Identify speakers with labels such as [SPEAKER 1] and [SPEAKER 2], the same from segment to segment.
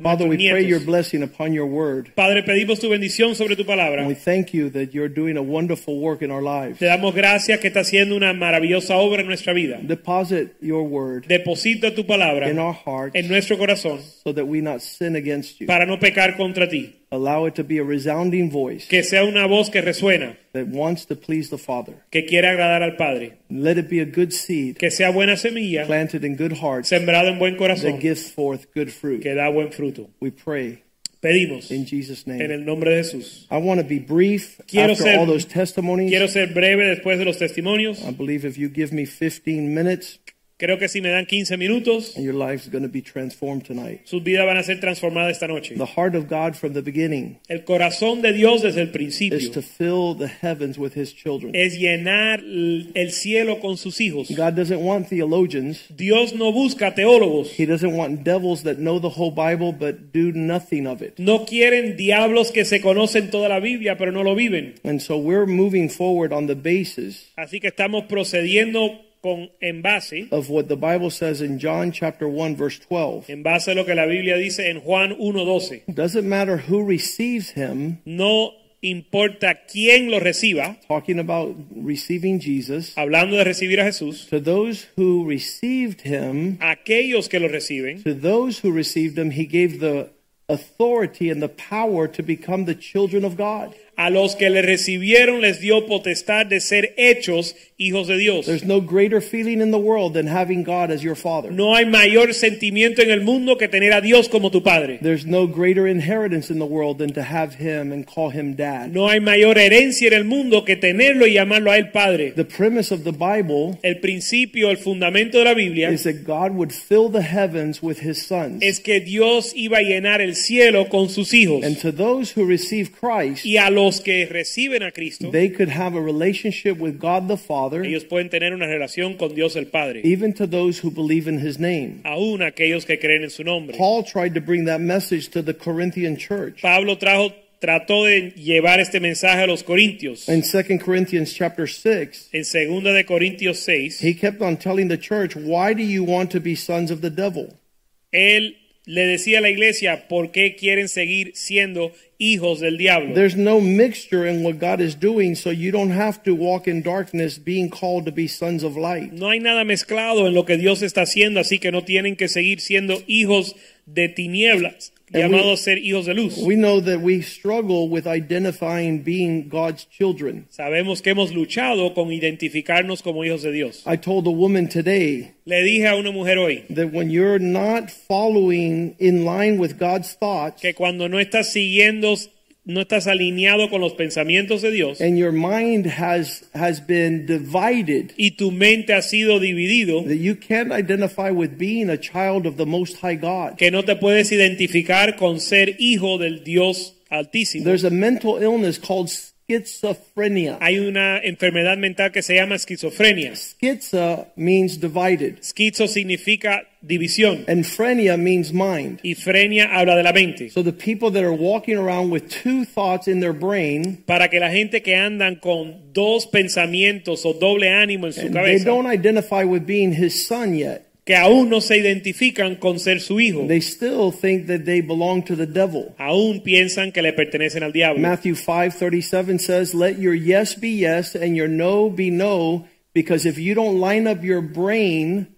[SPEAKER 1] Father, we pray
[SPEAKER 2] nietos.
[SPEAKER 1] your blessing upon your word.
[SPEAKER 2] Padre, pedimos tu bendición sobre tu
[SPEAKER 1] And
[SPEAKER 2] palabra.
[SPEAKER 1] we thank you that you're doing a wonderful work in our lives.
[SPEAKER 2] Te damos gracias que está haciendo una maravillosa obra en nuestra vida.
[SPEAKER 1] Deposit your word
[SPEAKER 2] Deposita tu palabra
[SPEAKER 1] in our hearts
[SPEAKER 2] en nuestro corazón
[SPEAKER 1] so that we not sin against you.
[SPEAKER 2] para no pecar contra ti.
[SPEAKER 1] Allow it to be a resounding voice
[SPEAKER 2] Que sea una voz que resuena,
[SPEAKER 1] that wants to please the Father.
[SPEAKER 2] que quiera agradar al Padre.
[SPEAKER 1] Let it be a good seed
[SPEAKER 2] Que sea buena semilla,
[SPEAKER 1] planted in good hearts
[SPEAKER 2] sembrada en buen
[SPEAKER 1] that
[SPEAKER 2] corazón,
[SPEAKER 1] gives forth good fruit.
[SPEAKER 2] que da buen fruto.
[SPEAKER 1] We pray
[SPEAKER 2] Pedimos
[SPEAKER 1] in Jesus'
[SPEAKER 2] en
[SPEAKER 1] name.
[SPEAKER 2] el nombre de Jesús.
[SPEAKER 1] I want to be brief
[SPEAKER 2] Quiero
[SPEAKER 1] after
[SPEAKER 2] ser-
[SPEAKER 1] all those testimonies.
[SPEAKER 2] Quiero ser breve después de los testimonios.
[SPEAKER 1] I believe if you give me 15 minutes,
[SPEAKER 2] Creo que si me dan 15 minutos,
[SPEAKER 1] your life's going to be transformed tonight.
[SPEAKER 2] sus vidas van a ser transformadas esta noche.
[SPEAKER 1] The heart of God from the beginning
[SPEAKER 2] El corazón de Dios desde el
[SPEAKER 1] is
[SPEAKER 2] principio
[SPEAKER 1] to fill the heavens with his children.
[SPEAKER 2] es llenar l- el cielo con sus hijos.
[SPEAKER 1] God doesn't want theologians.
[SPEAKER 2] Dios no busca teólogos.
[SPEAKER 1] He doesn't want devils that know the whole Bible but do nothing of it.
[SPEAKER 2] No quieren diablos que se conocen toda la Biblia, pero no lo viven.
[SPEAKER 1] And so we're moving forward on the basis
[SPEAKER 2] Así que estamos procediendo con en base,
[SPEAKER 1] of what the Bible says in John chapter 1 verse 12.
[SPEAKER 2] en base a lo que la Biblia dice en Juan 1:12.
[SPEAKER 1] Doesn't matter who receives him,
[SPEAKER 2] No importa quién lo reciba,
[SPEAKER 1] talking about receiving Jesus.
[SPEAKER 2] hablando de recibir a Jesús,
[SPEAKER 1] To those who received him,
[SPEAKER 2] aquellos que lo reciben,
[SPEAKER 1] to those who received him, he gave the authority and the power to become the children of God.
[SPEAKER 2] a los que le recibieron les dio potestad de ser hechos hijos de Dios.
[SPEAKER 1] There's no greater feeling in the world than having God as your father.
[SPEAKER 2] No hay mayor sentimiento en el mundo que tener a Dios como tu padre.
[SPEAKER 1] There's no greater inheritance in the world than to have him and call him dad.
[SPEAKER 2] No hay mayor herencia en el mundo que tenerlo y llamarlo a él padre.
[SPEAKER 1] The premise of the Bible
[SPEAKER 2] El principio, el fundamento de la Biblia
[SPEAKER 1] is that God would fill the heavens with his sons.
[SPEAKER 2] es que Dios iba a llenar el cielo con sus hijos.
[SPEAKER 1] And to those who receive Christ,
[SPEAKER 2] Y a los que reciben a Cristo,
[SPEAKER 1] they could have a relationship with God the Father,
[SPEAKER 2] ellos pueden tener una relación con Dios el Padre,
[SPEAKER 1] even to those who believe in his name.
[SPEAKER 2] aún aquellos que creen en su nombre.
[SPEAKER 1] Paul tried to bring that message to the Corinthian church.
[SPEAKER 2] Pablo trajo, trató de llevar este mensaje a los corintios.
[SPEAKER 1] In 2 Corinthians chapter 6,
[SPEAKER 2] En segunda de Corintios 6,
[SPEAKER 1] he kept on telling the church, Why do you want to be sons of the devil?
[SPEAKER 2] Él le decía a la iglesia, ¿por qué quieren seguir siendo hijos del diablo?
[SPEAKER 1] There's no mixture in what God is doing, so you don't have to walk in darkness being called to be sons of light.
[SPEAKER 2] No hay nada mezclado en lo que Dios está haciendo, así que no tienen que seguir siendo hijos de tinieblas,
[SPEAKER 1] And we-
[SPEAKER 2] llamados ser hijos de luz.
[SPEAKER 1] We know that we struggle with identifying being God's children.
[SPEAKER 2] Sabemos que hemos luchado con identificarnos como hijos de Dios.
[SPEAKER 1] I told a woman today
[SPEAKER 2] Le dije a una mujer hoy
[SPEAKER 1] that when you're not following in line with God's thoughts
[SPEAKER 2] que cuando no estás siguiendo, no estás alineado con los pensamientos de Dios
[SPEAKER 1] and your mind has has been divided
[SPEAKER 2] y tu mente ha sido dividido,
[SPEAKER 1] that you can't identify with being a child of the most high God.
[SPEAKER 2] que no te puedes identificar con ser hijo del Dios altísimo.
[SPEAKER 1] There's a mental illness called schizophrenia.
[SPEAKER 2] Hay una enfermedad mental que se llama esquizofrenia.
[SPEAKER 1] Schiza means divided.
[SPEAKER 2] Esquizo significa división
[SPEAKER 1] And frenia means mind.
[SPEAKER 2] y frenia habla de la mente.
[SPEAKER 1] So the people that are walking around with two thoughts in their brain,
[SPEAKER 2] Para que la gente que andan con dos pensamientos o doble ánimo en su
[SPEAKER 1] and they
[SPEAKER 2] cabeza,
[SPEAKER 1] don't identify with being his son yet.
[SPEAKER 2] que aún no se identifican con ser su hijo,
[SPEAKER 1] They still think that they belong to the devil.
[SPEAKER 2] aún piensan que le pertenecen al diablo.
[SPEAKER 1] Matthew 5:37 says, "Let your yes be yes and your no be no, because if you don't line up your brain,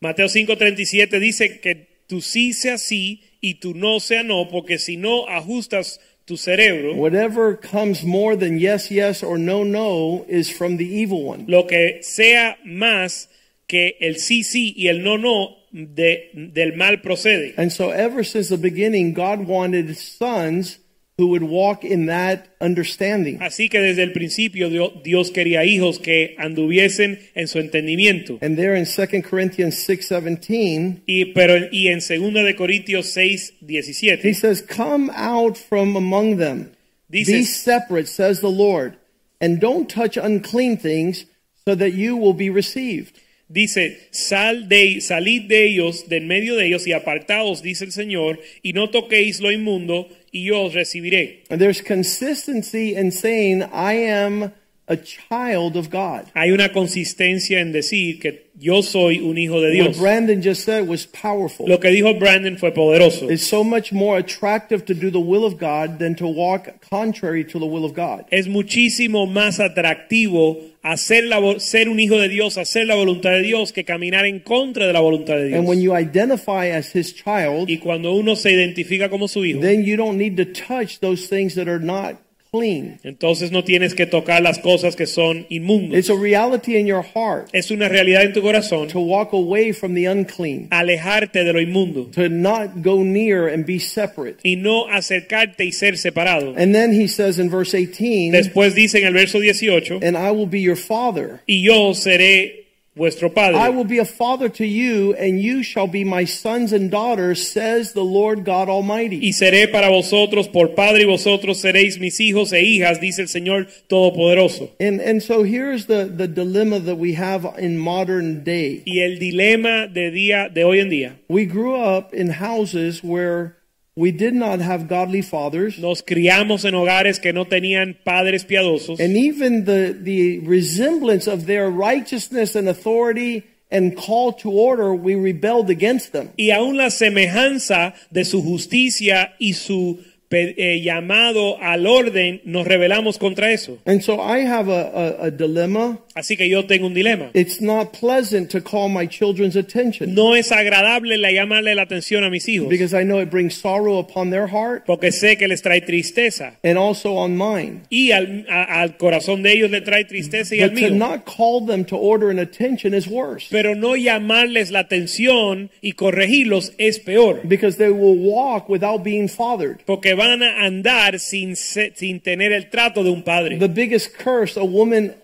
[SPEAKER 2] Mateo 5:37 dice que tu sí sea sí y tu no sea no, porque si no ajustas tu cerebro,
[SPEAKER 1] whatever comes more than yes yes or no no is from the evil one."
[SPEAKER 2] lo que sea más que el sí sí y el no no de- del mal procede.
[SPEAKER 1] And so ever since the beginning, God wanted sons who would walk in that understanding.
[SPEAKER 2] Así que desde el principio Dio- Dios quería hijos que anduviesen en su entendimiento.
[SPEAKER 1] And there in 2 Corinthians 6:17,
[SPEAKER 2] Y, pero, y en 2 de Corintios 6,
[SPEAKER 1] he
[SPEAKER 2] 17,
[SPEAKER 1] says, "Come out from among them Be
[SPEAKER 2] Dices,
[SPEAKER 1] separate, says the Lord, and don't touch unclean things, so that you will be received.
[SPEAKER 2] dice, sal de, salid de ellos, de en medio de ellos, y apartaos, dice el Señor, y no toquéis lo inmundo, y yo os recibiré.
[SPEAKER 1] And there's consistency in saying, I am a child of God.
[SPEAKER 2] Hay una consistencia en decir que yo soy un hijo de
[SPEAKER 1] What
[SPEAKER 2] Dios.
[SPEAKER 1] Brandon just said was powerful.
[SPEAKER 2] Lo que dijo Brandon fue poderoso.
[SPEAKER 1] It's so much more attractive to do the will of God than to walk contrary to the will of God.
[SPEAKER 2] Es muchísimo más atractivo hacer la vo- ser un hijo de Dios, hacer la voluntad de Dios, que caminar en contra de la voluntad de
[SPEAKER 1] And when you
[SPEAKER 2] Dios.
[SPEAKER 1] identify as his child,
[SPEAKER 2] Y cuando uno se identifica como su hijo,
[SPEAKER 1] then you don't need to touch those things that are not clean.
[SPEAKER 2] entonces no tienes que tocar las cosas que son
[SPEAKER 1] It's
[SPEAKER 2] inmundas.
[SPEAKER 1] a reality in your heart
[SPEAKER 2] Es una realidad en tu corazón
[SPEAKER 1] to walk away from the unclean,
[SPEAKER 2] alejarte de lo inmundo
[SPEAKER 1] to not go near and be separate.
[SPEAKER 2] y no acercarte y ser separado.
[SPEAKER 1] And then he says in verse 18,
[SPEAKER 2] Después dice en el verso 18,
[SPEAKER 1] and I will be your father.
[SPEAKER 2] y yo seré vuestro
[SPEAKER 1] I
[SPEAKER 2] padre
[SPEAKER 1] will be a father to you, and you shall be my sons and daughters, says the Lord God Almighty.
[SPEAKER 2] y seré para vosotros por padre y vosotros seréis mis hijos e hijas, dice el Señor Todopoderoso.
[SPEAKER 1] And, and so here's the, the dilemma that we have in modern day.
[SPEAKER 2] Y el dilema de día de hoy en día.
[SPEAKER 1] We grew up in houses where we did not have godly fathers,
[SPEAKER 2] Nos criamos en hogares que no tenían padres piadosos
[SPEAKER 1] and even the, the resemblance of their righteousness and authority and call to order, we rebelled against them.
[SPEAKER 2] y aún la semejanza de su justicia y su pe- eh, llamado al orden nos rebelamos contra eso.
[SPEAKER 1] And so I have a, a, a dilemma.
[SPEAKER 2] Así que yo tengo un dilema.
[SPEAKER 1] It's not pleasant to call my children's attention
[SPEAKER 2] No es agradable la llamarle la atención a mis hijos
[SPEAKER 1] because I know it brings sorrow upon their heart
[SPEAKER 2] porque sé que les trae tristeza
[SPEAKER 1] and also on mine.
[SPEAKER 2] y al, a- al corazón de ellos le trae tristeza y al
[SPEAKER 1] But to
[SPEAKER 2] mío.
[SPEAKER 1] not call them to order and attention is worse
[SPEAKER 2] Pero no llamarles la atención y corregirlos es peor.
[SPEAKER 1] because they will walk without being fathered.
[SPEAKER 2] Porque van a andar sin, se- sin tener el trato de un padre.
[SPEAKER 1] The biggest curse a woman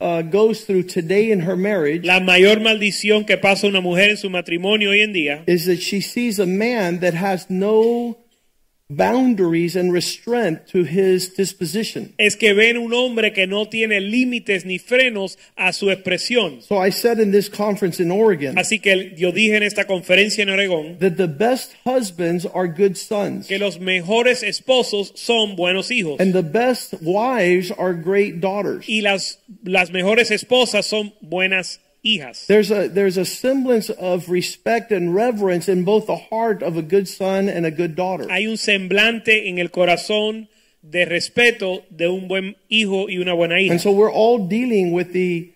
[SPEAKER 1] uh, goes through today in her marriage
[SPEAKER 2] La mayor maldición que pasa una mujer en su matrimonio hoy en día
[SPEAKER 1] is that she sees a man that has no boundaries and restraint to his disposition.
[SPEAKER 2] es que ven un hombre que no tiene límites ni frenos a su expresión.
[SPEAKER 1] So I said in this conference in Oregon
[SPEAKER 2] Así que yo dije en esta conferencia en Oregón
[SPEAKER 1] that the best husbands are good sons
[SPEAKER 2] que los mejores esposos son buenos hijos
[SPEAKER 1] and the best wives are great daughters.
[SPEAKER 2] y las, las mejores esposas son buenas hijas.
[SPEAKER 1] There's a there's a semblance of respect and reverence in both the heart of a good son and a good daughter.
[SPEAKER 2] Hay un semblante en el corazón de respeto de un buen hijo y una buena hija.
[SPEAKER 1] And so we're all dealing with the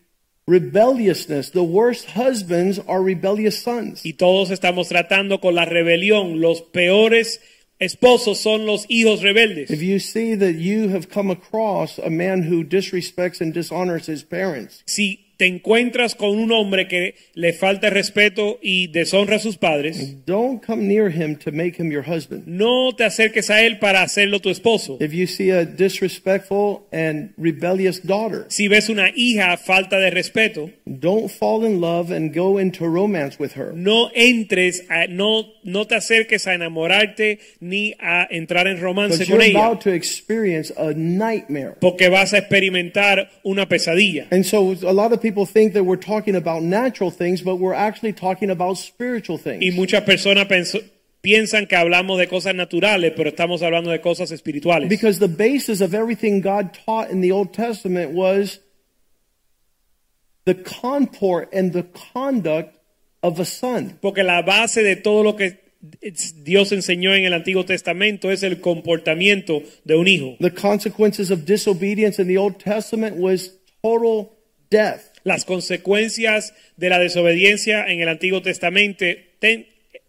[SPEAKER 1] rebelliousness. The worst husbands are rebellious sons.
[SPEAKER 2] Y todos estamos tratando con la rebelión. Los peores esposos son los hijos
[SPEAKER 1] If
[SPEAKER 2] rebeldes.
[SPEAKER 1] you see that you have come across a man who disrespects and dishonors his parents,
[SPEAKER 2] Si te encuentras con un hombre que le falta el respeto y deshonra a sus padres,
[SPEAKER 1] don't come near him to make him your husband.
[SPEAKER 2] no te acerques a él para hacerlo tu esposo.
[SPEAKER 1] If you see a disrespectful and rebellious daughter,
[SPEAKER 2] Si ves una hija falta de respeto,
[SPEAKER 1] don't fall in love and go into romance with her.
[SPEAKER 2] no entres, a- no, no te acerques a enamorarte ni a entrar en romance
[SPEAKER 1] Because
[SPEAKER 2] con
[SPEAKER 1] you're
[SPEAKER 2] ella,
[SPEAKER 1] about to experience a nightmare.
[SPEAKER 2] porque vas a experimentar una pesadilla.
[SPEAKER 1] And so a lot of people think that we're talking about natural things, but we're actually talking about spiritual
[SPEAKER 2] Y
[SPEAKER 1] things.
[SPEAKER 2] muchas personas penso- piensan que hablamos de cosas naturales, pero estamos hablando de cosas espirituales.
[SPEAKER 1] Because the basis of everything God taught in the Old Testament was the comport and the conduct of a son.
[SPEAKER 2] Porque la base de todo lo que es- Dios enseñó en el Antiguo Testamento es el comportamiento de un hijo.
[SPEAKER 1] The consequences of disobedience in the Old Testament was total death.
[SPEAKER 2] Las consecuencias de la desobediencia en el Antiguo Testamento, ten-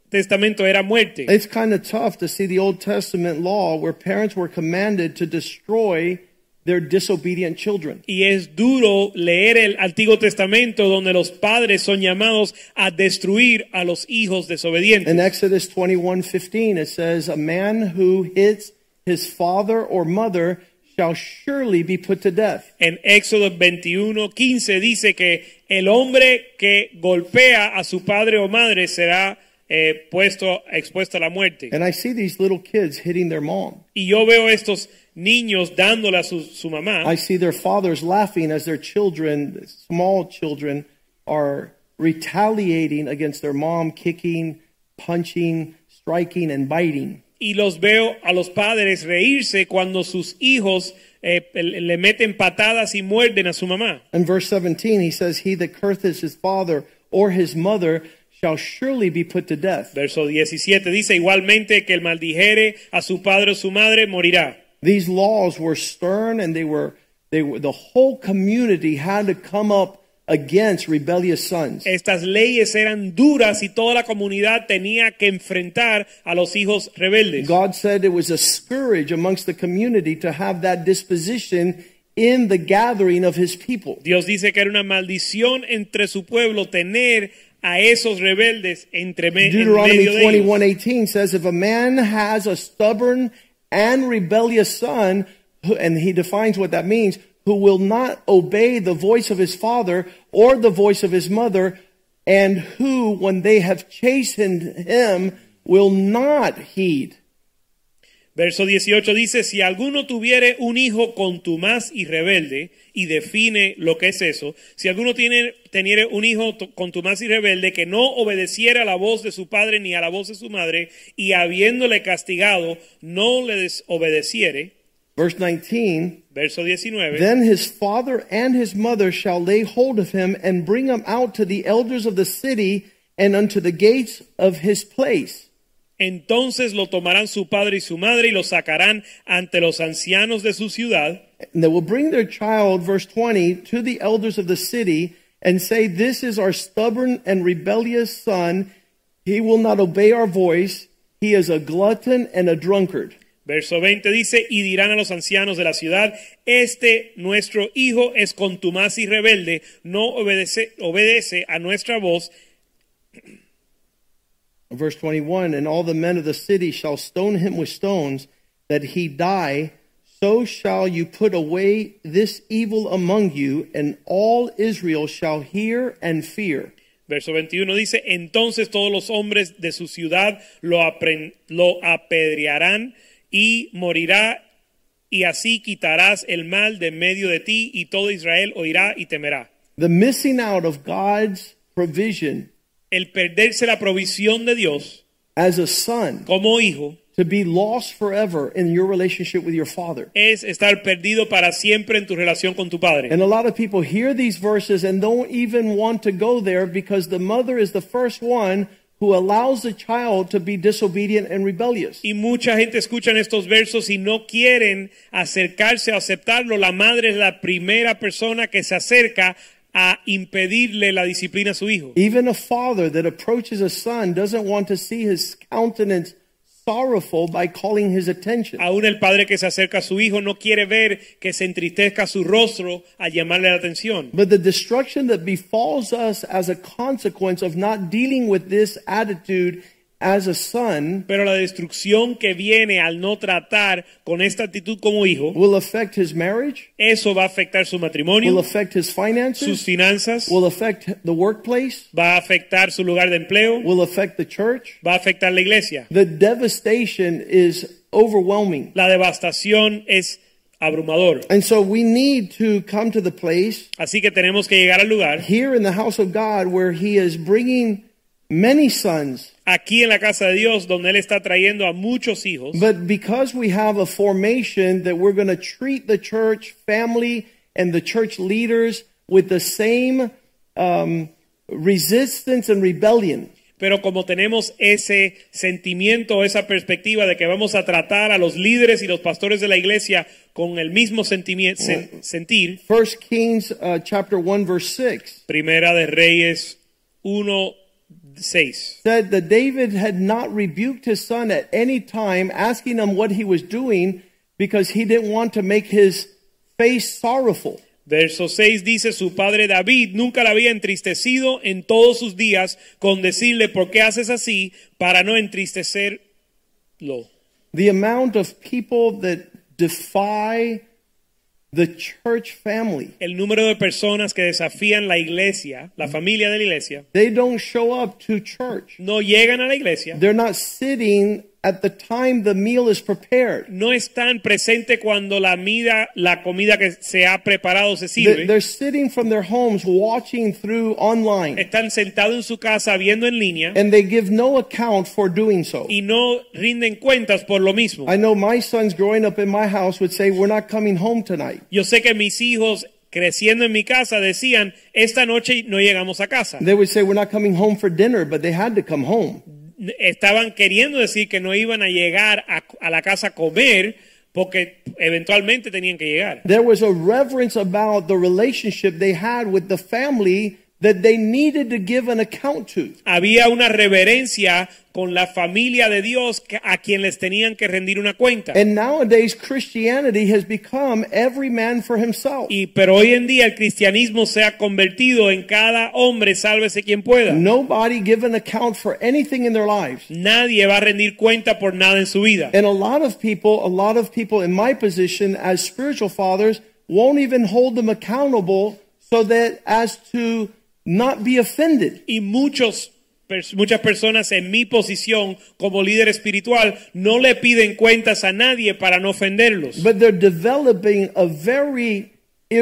[SPEAKER 2] testamento era muerte.
[SPEAKER 1] It's kind of tough to see the Old Testament law where parents were commanded to destroy their disobedient children.
[SPEAKER 2] Y es duro leer el Antiguo Testamento donde los padres son llamados a destruir a los hijos desobedientes.
[SPEAKER 1] In Exodus 21:15 it says a man who hits his father or mother shall surely be put to death.
[SPEAKER 2] En Éxodo 21, 15 dice que el hombre que golpea a su padre o madre será eh, puesto expuesto a la muerte.
[SPEAKER 1] And I see these little kids hitting their mom.
[SPEAKER 2] Y yo veo estos niños dándole a su, su
[SPEAKER 1] I
[SPEAKER 2] mamá.
[SPEAKER 1] see their fathers laughing as their children, small children, are retaliating against their mom, kicking, punching, striking, and biting.
[SPEAKER 2] Y los veo a los padres reírse cuando sus hijos eh, le le meten patadas y muerden a su mamá.
[SPEAKER 1] In verse 17, he says, He that curses his father or his mother shall surely be put to death.
[SPEAKER 2] Verso 17 dice igualmente que el maldijere a su padre o su madre morirá.
[SPEAKER 1] These laws were stern and they were, they were, the whole community had to come up against rebellious sons.
[SPEAKER 2] Estas leyes eran duras y toda la comunidad tenía que enfrentar a los hijos rebeldes.
[SPEAKER 1] God said it was a scourge amongst the community to have that disposition in the gathering of his people.
[SPEAKER 2] Dios dice que era una maldición entre su pueblo tener a esos rebeldes entre me- en
[SPEAKER 1] Deuteronomy
[SPEAKER 2] medio de ellos.
[SPEAKER 1] 21:18 says if a man has a stubborn and rebellious son who- and he defines what that means who will not obey the voice of his father or the voice of his mother and who when they have chastened him will not heed
[SPEAKER 2] Verso 18 dice, si alguno tuviere un hijo contumaz y rebelde, y define lo que es eso, si alguno tiene, teniere un hijo to- contumaz y rebelde que no obedeciera a la voz de su padre ni a la voz de su madre, y habiéndole castigado, no le desobedeciere,
[SPEAKER 1] verse 19
[SPEAKER 2] verso 19,
[SPEAKER 1] Then his father and his mother shall lay hold of him and bring him out to the elders of the city and unto the gates of his place.
[SPEAKER 2] entonces lo tomarán su padre y su madre y lo sacarán ante los ancianos de su ciudad,
[SPEAKER 1] And they will bring their child, verse 20, to the elders of the city and say, This is our stubborn and rebellious son. He will not obey our voice. He is a glutton and a drunkard.
[SPEAKER 2] Verso 20 dice, y dirán a los ancianos de la ciudad, este nuestro hijo es contumaz y rebelde, no obedece, obedece a nuestra voz.
[SPEAKER 1] Verse 21 And all the men of the city shall stone him with stones that he die. So shall you put away this evil among you, and all Israel shall hear and fear.
[SPEAKER 2] Verso 21 dice, entonces todos los hombres de su ciudad lo, apren- lo apedrearán y morirá, y así quitarás el mal de en medio de ti, y todo Israel oirá y temerá.
[SPEAKER 1] The missing out of God's provision
[SPEAKER 2] El perderse la provisión de Dios
[SPEAKER 1] as a son
[SPEAKER 2] como hijo
[SPEAKER 1] to be lost forever in your relationship with your father.
[SPEAKER 2] es estar perdido para siempre en tu relación con tu padre.
[SPEAKER 1] And a lot of people hear these verses and don't even want to go there because the mother is the first one who allows the child to be disobedient and rebellious.
[SPEAKER 2] Y mucha gente escucha estos versos y no quieren acercarse a aceptarlo. La madre es la primera persona que se acerca a impedirle la disciplina a su hijo.
[SPEAKER 1] Even a father that approaches a son doesn't want to see his countenance sorrowful by calling his attention.
[SPEAKER 2] Aún el padre que se acerca a su hijo no quiere ver que se entristezca su rostro al llamarle la atención.
[SPEAKER 1] But the destruction that befalls us as a consequence of not dealing with this attitude as a son
[SPEAKER 2] Pero la destrucción que viene al no tratar con esta actitud como hijo,
[SPEAKER 1] will affect his marriage,
[SPEAKER 2] eso va a afectar su
[SPEAKER 1] will
[SPEAKER 2] matrimonio,
[SPEAKER 1] affect his
[SPEAKER 2] sus
[SPEAKER 1] finances,
[SPEAKER 2] finanzas,
[SPEAKER 1] will affect the workplace,
[SPEAKER 2] va a afectar su lugar de empleo,
[SPEAKER 1] will affect the church.
[SPEAKER 2] va a afectar la iglesia.
[SPEAKER 1] The devastation is overwhelming.
[SPEAKER 2] La devastación es abrumador.
[SPEAKER 1] And so we need to come to the place
[SPEAKER 2] Así que tenemos que llegar al lugar,
[SPEAKER 1] here in the house of God where he is bringing many sons
[SPEAKER 2] aquí en la casa de Dios, donde Él está trayendo a muchos hijos,
[SPEAKER 1] But because we have a formation that we're going to treat the church family and the church leaders with the same um, resistance and rebellion.
[SPEAKER 2] pero como tenemos ese sentimiento, esa perspectiva de que vamos a tratar a los líderes y los pastores de la iglesia con el mismo sentimi- sen- sentir,
[SPEAKER 1] First Kings uh, chapter one verse six
[SPEAKER 2] Primera de Reyes 1, 6.
[SPEAKER 1] said that David had not rebuked his son at any time, asking him what he was doing because he didn't want to make his face sorrowful.
[SPEAKER 2] Verso 6 dice, su padre David nunca la había entristecido en todos sus días con decirle, ¿por qué haces así? Para no entristecerlo.
[SPEAKER 1] The amount of people that defy the church family.
[SPEAKER 2] el número de personas que desafían la iglesia, la familia de la iglesia,
[SPEAKER 1] They don't show up to church.
[SPEAKER 2] no llegan a la iglesia,
[SPEAKER 1] They're not sitting at the time the meal is prepared.
[SPEAKER 2] No están presentes cuando la, mida- la comida que se ha preparado
[SPEAKER 1] They-
[SPEAKER 2] se sirve.
[SPEAKER 1] They're sitting from their homes watching through online
[SPEAKER 2] están sentados en su casa viendo en línea
[SPEAKER 1] and they give no account for doing so.
[SPEAKER 2] y no rinden cuentas por lo mismo.
[SPEAKER 1] I know my sons growing up in my house would say, We're not coming home tonight.
[SPEAKER 2] Yo sé que mis hijos creciendo en mi casa decían, esta noche no llegamos a casa.
[SPEAKER 1] They would say, We're not coming home for dinner, but they had to come home.
[SPEAKER 2] Estaban queriendo decir que no iban a llegar a, a la casa a comer porque eventualmente tenían que llegar.
[SPEAKER 1] There was a reverence about the relationship they had with the family that they needed to give an account to.
[SPEAKER 2] Había una reverencia con la familia de Dios que- a quien les tenían que rendir una cuenta.
[SPEAKER 1] And nowadays, Christianity has become every man for himself.
[SPEAKER 2] Y pero hoy en día el cristianismo se ha convertido en cada hombre sálvese quien pueda.
[SPEAKER 1] Nobody give an account for anything in their lives.
[SPEAKER 2] Nadie va a rendir cuenta por nada en su vida.
[SPEAKER 1] And a lot of people, a lot of people in my position as spiritual fathers won't even hold them accountable so that as to not be offended.
[SPEAKER 2] Y muchos, pers- muchas personas en mi posición como líder espiritual no le piden cuentas a nadie para no ofenderlos.
[SPEAKER 1] But they're developing a very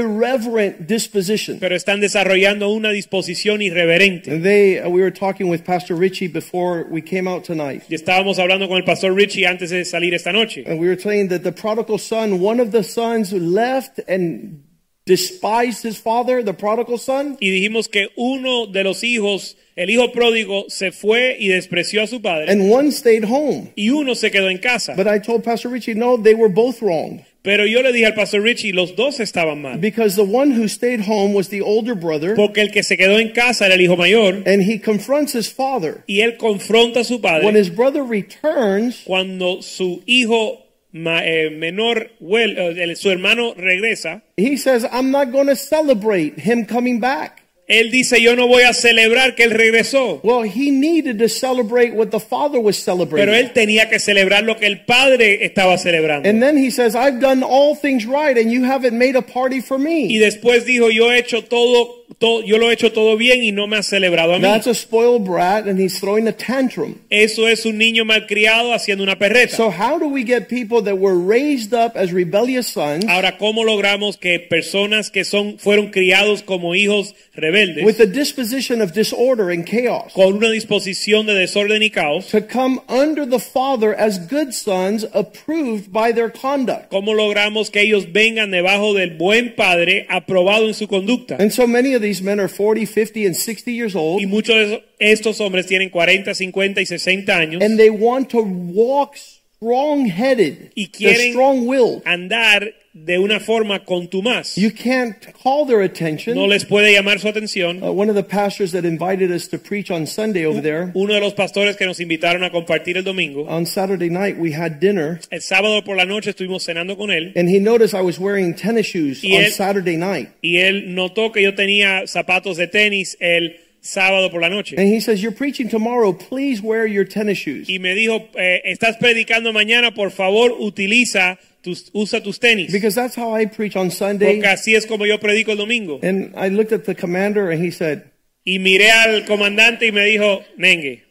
[SPEAKER 1] irreverent disposition.
[SPEAKER 2] pero están desarrollando una disposición irreverente.
[SPEAKER 1] And they, uh, we were talking with Pastor Richie before we came out tonight.
[SPEAKER 2] Y estábamos hablando con el pastor Richie antes de salir esta noche.
[SPEAKER 1] And we were saying that the prodigal son, one of the sons left and despised his father, the prodigal son.
[SPEAKER 2] Y dijimos que uno de los hijos, el hijo pródigo, se fue y despreció a su padre.
[SPEAKER 1] And one stayed home.
[SPEAKER 2] y uno se quedó en casa.
[SPEAKER 1] But I told Pastor Richie, no, they were both wrong.
[SPEAKER 2] Pero yo le dije al pastor Richie, los dos estaban mal.
[SPEAKER 1] Because the one who stayed home was the older brother,
[SPEAKER 2] Porque el que se quedó en casa era el hijo mayor.
[SPEAKER 1] and he confronts his father.
[SPEAKER 2] Y él confronta a su padre.
[SPEAKER 1] When his brother returns,
[SPEAKER 2] cuando su hijo ma- eh, menor, huel- eh, el- su hermano regresa,
[SPEAKER 1] he says, I'm not going to celebrate him coming back.
[SPEAKER 2] él dice, yo no voy a celebrar que él regresó,
[SPEAKER 1] Well, he needed to celebrate what the father was
[SPEAKER 2] pero
[SPEAKER 1] celebrating.
[SPEAKER 2] él tenía que celebrar lo que el padre estaba celebrando.
[SPEAKER 1] And then he says, I've done all things right, and you haven't made a party for
[SPEAKER 2] y
[SPEAKER 1] me.
[SPEAKER 2] después dijo, yo he hecho todo, todo- yo lo he hecho todo bien y no me has celebrado a mí.
[SPEAKER 1] That's a spoiled brat, and he's throwing a tantrum.
[SPEAKER 2] Eso es un niño malcriado haciendo una perreta.
[SPEAKER 1] So, how do we get people that were raised up as rebellious sons
[SPEAKER 2] Ahora, ¿cómo logramos que personas que son fueron criados como hijos rebeldes
[SPEAKER 1] with a disposition of disorder and chaos?
[SPEAKER 2] con una disposición de desorden y caos
[SPEAKER 1] to come under the Father as good sons approved by their conduct.
[SPEAKER 2] ¿Cómo logramos que ellos vengan debajo del buen padre aprobado en su conducta?
[SPEAKER 1] And so many of these men are 40, 50, and 60 years old,
[SPEAKER 2] Y muchos de esos- estos hombres tienen 40, 50 y 60 años
[SPEAKER 1] and they want to walk strong headed,
[SPEAKER 2] y
[SPEAKER 1] they're
[SPEAKER 2] quieren
[SPEAKER 1] strong willed.
[SPEAKER 2] andar de una forma contumaz.
[SPEAKER 1] You can't call their attention.
[SPEAKER 2] No les puede llamar su atención.
[SPEAKER 1] Uh, one of the pastors that invited us to preach on Sunday over there,
[SPEAKER 2] Uno de los pastores que nos invitaron a compartir el domingo,
[SPEAKER 1] on Saturday night, we had dinner,
[SPEAKER 2] el sábado por la noche estuvimos cenando con él
[SPEAKER 1] and he noticed I was wearing tennis shoes
[SPEAKER 2] Y
[SPEAKER 1] on
[SPEAKER 2] él-
[SPEAKER 1] Saturday night.
[SPEAKER 2] y él notó que yo tenía zapatos de tenis el sábado por la noche.
[SPEAKER 1] And he says, You're preaching tomorrow, please wear your tennis shoes.
[SPEAKER 2] Y me dijo, eh, estás predicando mañana, por favor, utiliza tus, usa tus tenis.
[SPEAKER 1] Because that's how I preach on Sunday.
[SPEAKER 2] Porque así es como yo predico el domingo.
[SPEAKER 1] And I looked at the commander and he said,
[SPEAKER 2] Y miré al comandante y me dijo, Mengue,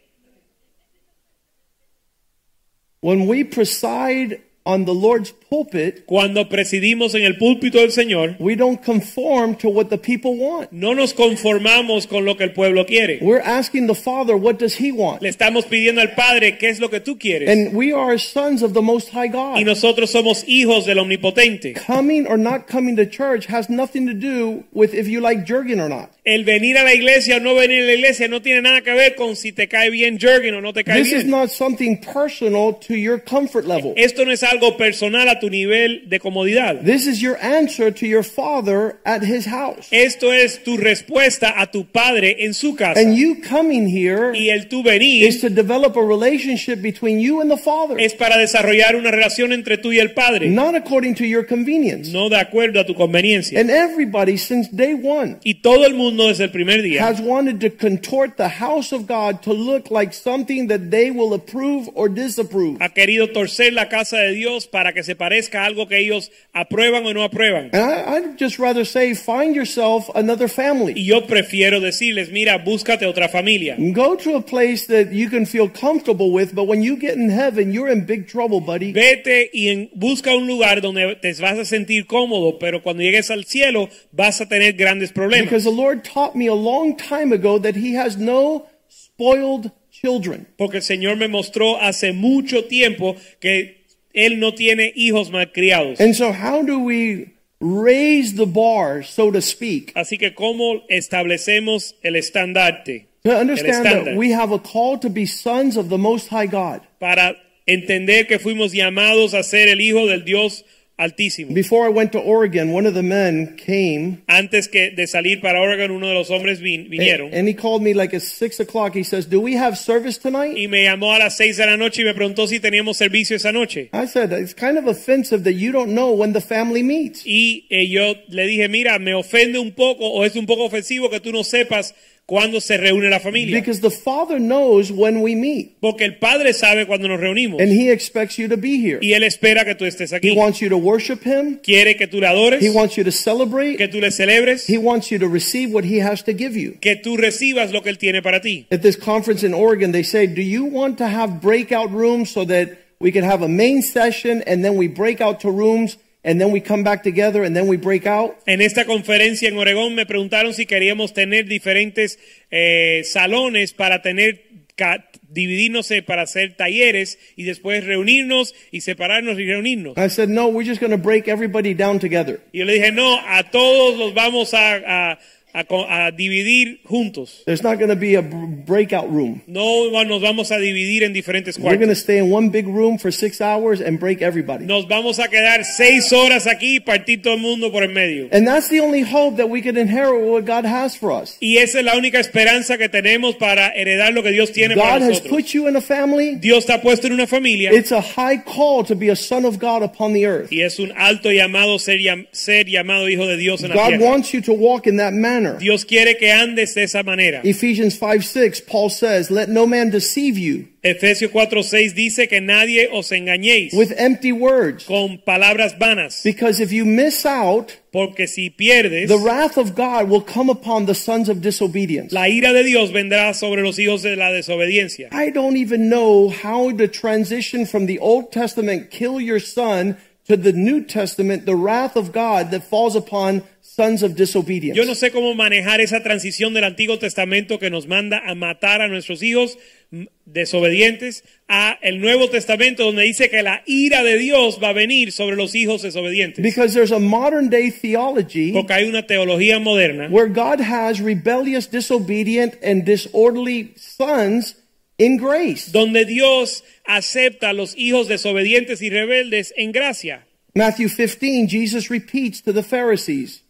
[SPEAKER 1] When we preside on the Lord's pulpit,
[SPEAKER 2] cuando presidimos en el púlpito del Señor,
[SPEAKER 1] we don't conform to what the people want.
[SPEAKER 2] no nos conformamos con lo que el pueblo quiere.
[SPEAKER 1] We're asking the Father, what does he want?
[SPEAKER 2] Le estamos pidiendo al Padre, ¿qué es lo que tú quieres?
[SPEAKER 1] And we are sons of the Most High
[SPEAKER 2] Y
[SPEAKER 1] God.
[SPEAKER 2] nosotros somos hijos del Omnipotente.
[SPEAKER 1] Coming or not coming to church has nothing to do with if you like Jurgen or not.
[SPEAKER 2] El venir a la iglesia o no venir a la iglesia no tiene nada que ver con si te cae bien Jürgen o no te cae
[SPEAKER 1] This is
[SPEAKER 2] bien.
[SPEAKER 1] not something personal to your comfort level.
[SPEAKER 2] Esto no es algo personal a tu nivel de comodidad.
[SPEAKER 1] This is your answer to your Father at his house.
[SPEAKER 2] Esto es tu respuesta a tu Padre en su casa.
[SPEAKER 1] And you coming here
[SPEAKER 2] Y el tú venir
[SPEAKER 1] is to develop a relationship between you and the Father.
[SPEAKER 2] es para desarrollar una relación entre tú y el Padre,
[SPEAKER 1] not according to your convenience.
[SPEAKER 2] no de acuerdo a tu conveniencia.
[SPEAKER 1] And everybody since day one
[SPEAKER 2] Y todo el mundo desde el primer día
[SPEAKER 1] has wanted to contort the house of God to look like something that they will approve or disapprove.
[SPEAKER 2] ha querido torcer la casa de Dios para que se parezca a algo que ellos aprueban o no aprueban.
[SPEAKER 1] And I, I'd just rather say, find yourself another family.
[SPEAKER 2] Y yo prefiero decirles, mira, búscate otra familia.
[SPEAKER 1] Go to a place that you can feel comfortable with, but when you get in heaven, you're in big trouble, buddy.
[SPEAKER 2] Vete y en- busca un lugar donde te vas a sentir cómodo, pero cuando llegues al cielo vas a tener grandes
[SPEAKER 1] Because
[SPEAKER 2] problemas.
[SPEAKER 1] the Lord taught me a long time ago that He has no spoiled children.
[SPEAKER 2] Porque el Señor me mostró hace mucho tiempo que Él no tiene hijos malcriados.
[SPEAKER 1] And so, how do we raise the bar, so to speak,
[SPEAKER 2] Así que cómo establecemos el estandarte,
[SPEAKER 1] to
[SPEAKER 2] el
[SPEAKER 1] understand
[SPEAKER 2] estándar,
[SPEAKER 1] that we have a call to be sons of the Most High God?
[SPEAKER 2] para entender que fuimos llamados a ser el hijo del Dios Altísimo.
[SPEAKER 1] Before I went to Oregon, one of the men came
[SPEAKER 2] Antes que de salir para Oregon, uno de los hombres
[SPEAKER 1] Eh,
[SPEAKER 2] vin- vinieron
[SPEAKER 1] and he called me like at six o'clock. He says, Do we have service tonight?
[SPEAKER 2] y me llamó a las seis de la noche y me preguntó si teníamos servicio esa noche.
[SPEAKER 1] I said, It's kind of offensive that you don't know when the family meets.
[SPEAKER 2] Y eh, yo le dije, mira, me ofende un poco o es un poco ofensivo que tú no sepas cuándo se reúne la familia.
[SPEAKER 1] Because the Father knows when we meet
[SPEAKER 2] Porque el Padre sabe cuándo nos reunimos.
[SPEAKER 1] and He expects you to be here.
[SPEAKER 2] y Él espera que tú estés
[SPEAKER 1] He
[SPEAKER 2] aquí.
[SPEAKER 1] wants you to worship Him,
[SPEAKER 2] Quiere que tú le adores,
[SPEAKER 1] He wants you to celebrate,
[SPEAKER 2] que tú le celebres,
[SPEAKER 1] He wants you to receive what He has to give you.
[SPEAKER 2] que tú recibas lo que Él tiene para ti.
[SPEAKER 1] At this conference in Oregon, they say, Do you want to have breakout rooms so that we can have a main session and then we break out to rooms and then we come back together and then we break out?
[SPEAKER 2] En esta conferencia en Oregón me preguntaron si queríamos tener diferentes eh, salones para tener ca- dividirnos eh, para hacer talleres y después reunirnos y separarnos y reunirnos.
[SPEAKER 1] I said, no, we're just going to break everybody down together.
[SPEAKER 2] Y yo le dije, no, a todos los vamos a, a- a co- a dividir juntos.
[SPEAKER 1] There's not going to be a b- breakout room.
[SPEAKER 2] No va- nos vamos a dividir en diferentes
[SPEAKER 1] We're going to
[SPEAKER 2] cuartos.
[SPEAKER 1] stay in one big room for six hours and break everybody.
[SPEAKER 2] Nos vamos a quedar seis horas aquí y partir todo el mundo por el medio.
[SPEAKER 1] And that's the only hope that we can inherit what God has for us.
[SPEAKER 2] Y esa es la única esperanza que tenemos para heredar lo que Dios tiene para
[SPEAKER 1] God has
[SPEAKER 2] nosotros.
[SPEAKER 1] put you in a family.
[SPEAKER 2] Dios te ha puesto en una familia
[SPEAKER 1] It's a high call to be a son of God upon the earth.
[SPEAKER 2] y es un alto llamado ser, llam- ser llamado hijo de Dios en la
[SPEAKER 1] God
[SPEAKER 2] tierra.
[SPEAKER 1] wants you to walk in that manner.
[SPEAKER 2] Dios quiere que andes de esa manera.
[SPEAKER 1] Ephesians 5 6, Paul says, Let no man deceive you
[SPEAKER 2] Efesios 4:6 dice que nadie os engañéis
[SPEAKER 1] with empty words,
[SPEAKER 2] con palabras vanas.
[SPEAKER 1] because if you miss out,
[SPEAKER 2] Porque si pierdes,
[SPEAKER 1] the wrath of God will come upon the sons of disobedience.
[SPEAKER 2] la ira de Dios vendrá sobre los hijos de la desobediencia.
[SPEAKER 1] I don't even know how to transition from the Old Testament, kill your son, to the New Testament, the wrath of God that falls upon sons of disobedience.
[SPEAKER 2] Yo no sé cómo manejar esa transición del Antiguo Testamento que nos manda a matar a nuestros hijos mm, desobedientes a el Nuevo Testamento donde dice que la ira de Dios va a venir sobre los hijos desobedientes.
[SPEAKER 1] Because there's a modern day theology
[SPEAKER 2] Porque hay una teología moderna
[SPEAKER 1] where God has rebellious, disobedient, and disorderly sons in grace.
[SPEAKER 2] donde Dios acepta a los hijos desobedientes y rebeldes en gracia.
[SPEAKER 1] Matthew 15, Jesus repeats to the Pharisees.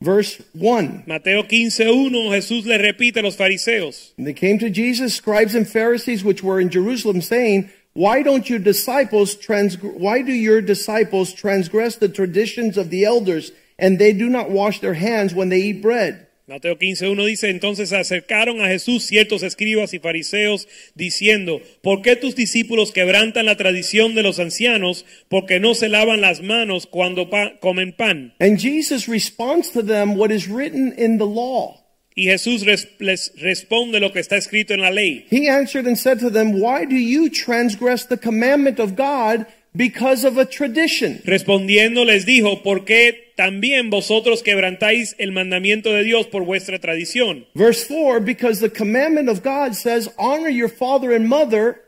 [SPEAKER 1] Verse 1.
[SPEAKER 2] Mateo 15:1 Jesús le repite a los fariseos
[SPEAKER 1] And they came to Jesus, scribes and Pharisees, which were in Jerusalem, saying, Why don't your disciples trans- why do your disciples transgress the traditions of the elders, and they do not wash their hands when they eat bread?
[SPEAKER 2] Mateo 15.1 dice, entonces se acercaron a Jesús ciertos escribas y fariseos diciendo, ¿por qué tus discípulos quebrantan la tradición de los ancianos porque no se lavan las manos cuando pa- comen pan?
[SPEAKER 1] And Jesus responds to them what is written in the law.
[SPEAKER 2] Y Jesús res- les responde lo que está escrito en la ley.
[SPEAKER 1] He answered and said to them, Why do you transgress the commandment of God because of a tradition?
[SPEAKER 2] Respondiendo les dijo, ¿por qué también vosotros quebrantáis el mandamiento de Dios por vuestra tradición?
[SPEAKER 1] Verse 4 because the commandment of God says, Honor your father and mother,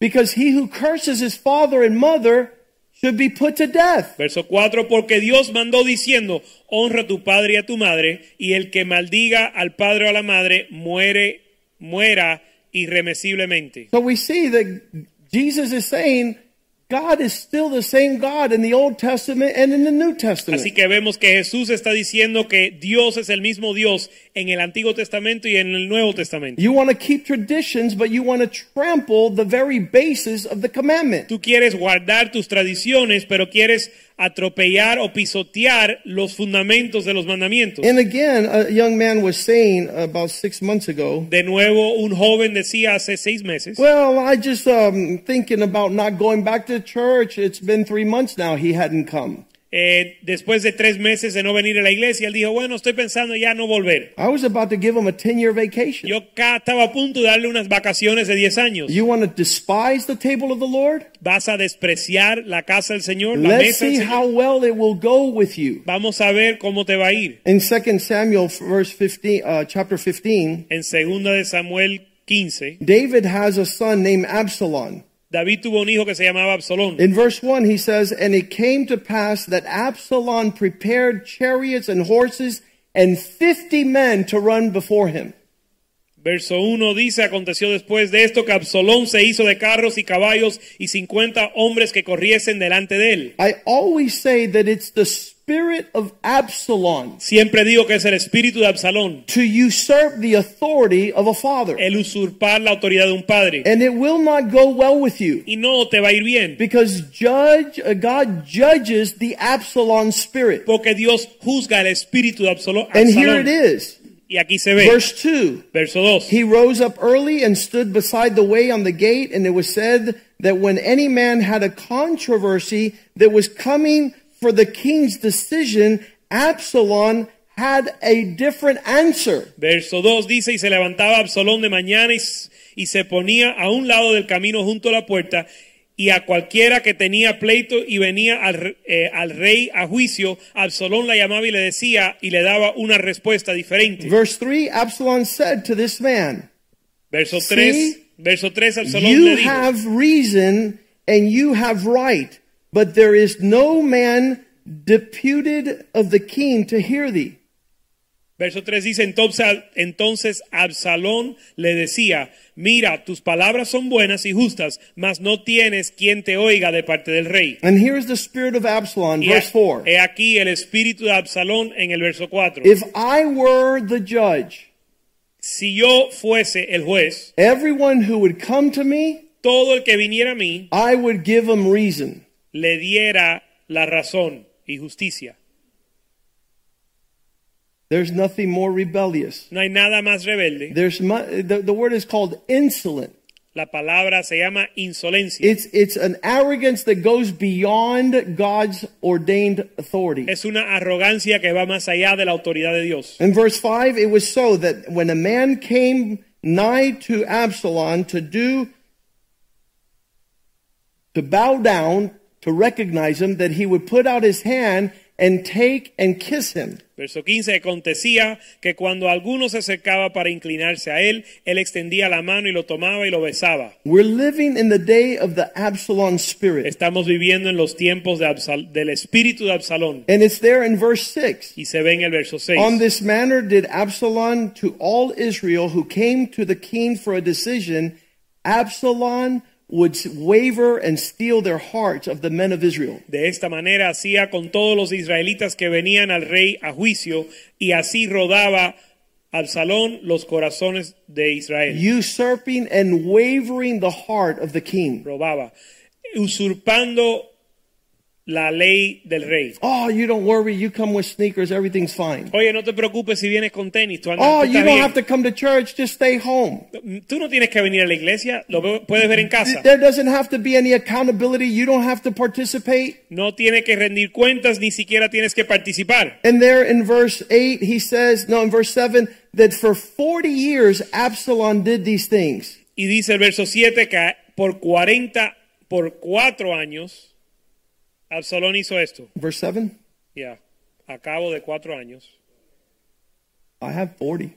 [SPEAKER 1] because he who curses his father and mother should be put to death.
[SPEAKER 2] Verso 4, porque Dios mandó diciendo, honra a tu padre y a tu madre, y el que maldiga al padre o a la madre muere, muera irremesiblemente.
[SPEAKER 1] So we see that Jesus is saying, God is still the same God in the Old Testament and in the New
[SPEAKER 2] Así
[SPEAKER 1] Testament.
[SPEAKER 2] que vemos que Jesús está diciendo que Dios es el mismo Dios en el Antiguo Testamento y en el Nuevo Testamento.
[SPEAKER 1] You want to keep traditions, but you want to trample the very basis of the commandment.
[SPEAKER 2] Tú quieres guardar tus tradiciones, pero quieres atropellar o pisotear los fundamentos de los mandamientos.
[SPEAKER 1] And again, a young man was saying about six months ago,
[SPEAKER 2] De nuevo, un joven decía hace seis meses,
[SPEAKER 1] Well, I just um, thinking about not going back to church. It's been three months now. He hadn't come.
[SPEAKER 2] eh, después de tres meses de no venir a la iglesia, él dijo, bueno, estoy pensando ya no volver.
[SPEAKER 1] I was about to give him a ten-year vacation.
[SPEAKER 2] Yo ca- estaba a punto de darle unas vacaciones de 10 años.
[SPEAKER 1] You want to despise the table of the Lord?
[SPEAKER 2] ¿Vas a despreciar la casa del Señor, la
[SPEAKER 1] Let's
[SPEAKER 2] mesa del
[SPEAKER 1] see
[SPEAKER 2] Señor?
[SPEAKER 1] how well it will go with you.
[SPEAKER 2] Vamos a ver cómo te va a ir.
[SPEAKER 1] In 2 Samuel, verse 15, uh, chapter 15,
[SPEAKER 2] En segunda de Samuel 15,
[SPEAKER 1] David has a son named Absalom.
[SPEAKER 2] David tuvo un hijo que se llamaba Absalón.
[SPEAKER 1] In verse 1, he says, And it came to pass that Absalom prepared chariots and horses and 50 men to run before him.
[SPEAKER 2] Verso 1 dice, aconteció después de esto que Absalón se hizo de carros y caballos y 50 hombres que corriesen delante de él.
[SPEAKER 1] I always say that it's the spirit of Absalom
[SPEAKER 2] Siempre digo que es el espíritu de Absalón,
[SPEAKER 1] to usurp the authority of a father.
[SPEAKER 2] el usurpar la autoridad de un padre.
[SPEAKER 1] And it will not go well with you.
[SPEAKER 2] Y no te va a ir bien,
[SPEAKER 1] Because judge, uh, God judges the Absalom spirit.
[SPEAKER 2] porque Dios juzga el espíritu de Absalo-
[SPEAKER 1] And here it
[SPEAKER 2] Absalón.
[SPEAKER 1] is.
[SPEAKER 2] Y aquí se ve,
[SPEAKER 1] Verse 2.
[SPEAKER 2] verso 2.
[SPEAKER 1] He rose up early and stood beside the way on the gate, and it was said that when any man had a controversy that was coming for the king's decision, Absalom had a different answer.
[SPEAKER 2] Verso 2 dice, y se levantaba Absalón de mañana y, s- y se ponía a un lado del camino junto a la puerta, y a cualquiera que tenía pleito y venía al, re- eh, al rey a juicio, Absalón la llamaba y le decía y le daba una respuesta diferente.
[SPEAKER 1] Verse 3 Absalom said to this man,
[SPEAKER 2] Verso
[SPEAKER 1] Sí.
[SPEAKER 2] 3, verso 3 Absalón le
[SPEAKER 1] You
[SPEAKER 2] dijo,
[SPEAKER 1] have reason and you have right, but there is no man deputed of the king to hear thee.
[SPEAKER 2] verso 3 dice, entonces, Ab- entonces Absalón le decía, mira, tus palabras son buenas y justas, mas no tienes quien te oiga de parte del rey.
[SPEAKER 1] And here is the spirit of Absalom,
[SPEAKER 2] Y
[SPEAKER 1] verse
[SPEAKER 2] a-
[SPEAKER 1] 4.
[SPEAKER 2] He aquí el espíritu de Absalón en el verso 4.
[SPEAKER 1] If I were the judge,
[SPEAKER 2] si yo fuese el juez,
[SPEAKER 1] everyone who would come to me,
[SPEAKER 2] todo el que viniera a mí
[SPEAKER 1] I would give him reason.
[SPEAKER 2] le diera la razón y justicia.
[SPEAKER 1] There's nothing more rebellious.
[SPEAKER 2] No hay nada más rebelde.
[SPEAKER 1] There's mu- the, the word is called insolent.
[SPEAKER 2] La palabra se llama insolencia.
[SPEAKER 1] It's it's an arrogance that goes beyond God's ordained authority.
[SPEAKER 2] Es una arrogancia que va más allá de la autoridad de Dios.
[SPEAKER 1] In verse 5, it was so that when a man came nigh to Absalom to do, to bow down, to recognize him, that he would put out his hand and take and kiss him.
[SPEAKER 2] Verso 15, acontecía que cuando alguno se acercaba para inclinarse a él, él extendía la mano y lo tomaba y lo besaba.
[SPEAKER 1] We're living in the day of the Absalom spirit.
[SPEAKER 2] Estamos viviendo en los tiempos de Absal- del espíritu de Absalón.
[SPEAKER 1] And it's there in verse 6.
[SPEAKER 2] Y se ve en el verso 6.
[SPEAKER 1] On this manner did Absalom to all Israel who came to the king for a decision, Absalom would waver and steal their hearts of the men of Israel.
[SPEAKER 2] De esta manera hacía con todos los israelitas que venían al rey a juicio y así rodaba Absalón los corazones de Israel.
[SPEAKER 1] usurping and wavering the heart of the king.
[SPEAKER 2] Robaba, usurpando la ley del rey.
[SPEAKER 1] Oh, you don't worry, you come with sneakers, everything's fine.
[SPEAKER 2] Oye, no te preocupes si vienes con tenis. Tú, andas-
[SPEAKER 1] Oh,
[SPEAKER 2] tú
[SPEAKER 1] you
[SPEAKER 2] estás
[SPEAKER 1] don't have to
[SPEAKER 2] bien.
[SPEAKER 1] come to church, just stay home.
[SPEAKER 2] Tú no tienes que venir a la iglesia, lo ve- puedes ver en casa.
[SPEAKER 1] There doesn't have to be any accountability, you don't have to participate.
[SPEAKER 2] No tiene que rendir cuentas, ni siquiera tienes que participar.
[SPEAKER 1] And there in verse 8, he says, no, in verse 7, that for 40 years Absalom did these things.
[SPEAKER 2] Y dice el verso 7 que por 40, por cuatro años, Absalón hizo esto.
[SPEAKER 1] Verse 7,
[SPEAKER 2] Ya, a cabo de cuatro años.
[SPEAKER 1] I have 40.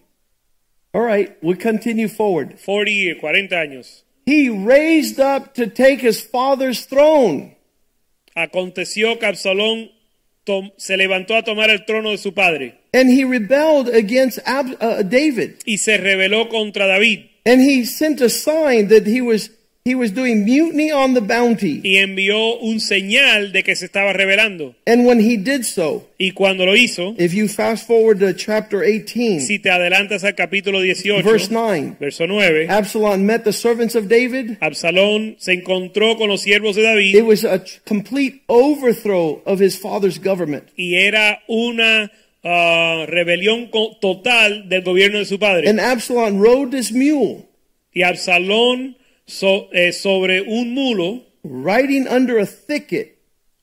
[SPEAKER 1] All right, we continue forward.
[SPEAKER 2] 40, 40 años.
[SPEAKER 1] He raised up to take his father's throne.
[SPEAKER 2] Aconteció que Absalón tom- se levantó a tomar el trono de su padre
[SPEAKER 1] And he rebelled against Ab- uh, David.
[SPEAKER 2] y se rebeló contra David
[SPEAKER 1] And he sent a sign that he was He was doing mutiny on the bounty.
[SPEAKER 2] y envió un señal de que se estaba revelando.
[SPEAKER 1] And when he did so,
[SPEAKER 2] Y cuando lo hizo,
[SPEAKER 1] if you fast forward to chapter 18,
[SPEAKER 2] si te adelantas al capítulo 18,
[SPEAKER 1] verse 9,
[SPEAKER 2] verso 9,
[SPEAKER 1] Absalom met the servants of David.
[SPEAKER 2] Absalón se encontró con los siervos de David
[SPEAKER 1] It was a complete overthrow of his father's government.
[SPEAKER 2] y era una ah, rebelión co- total del gobierno de su padre.
[SPEAKER 1] And Absalom rode this mule,
[SPEAKER 2] y Absalón so- eh, sobre un mulo
[SPEAKER 1] riding under a thicket.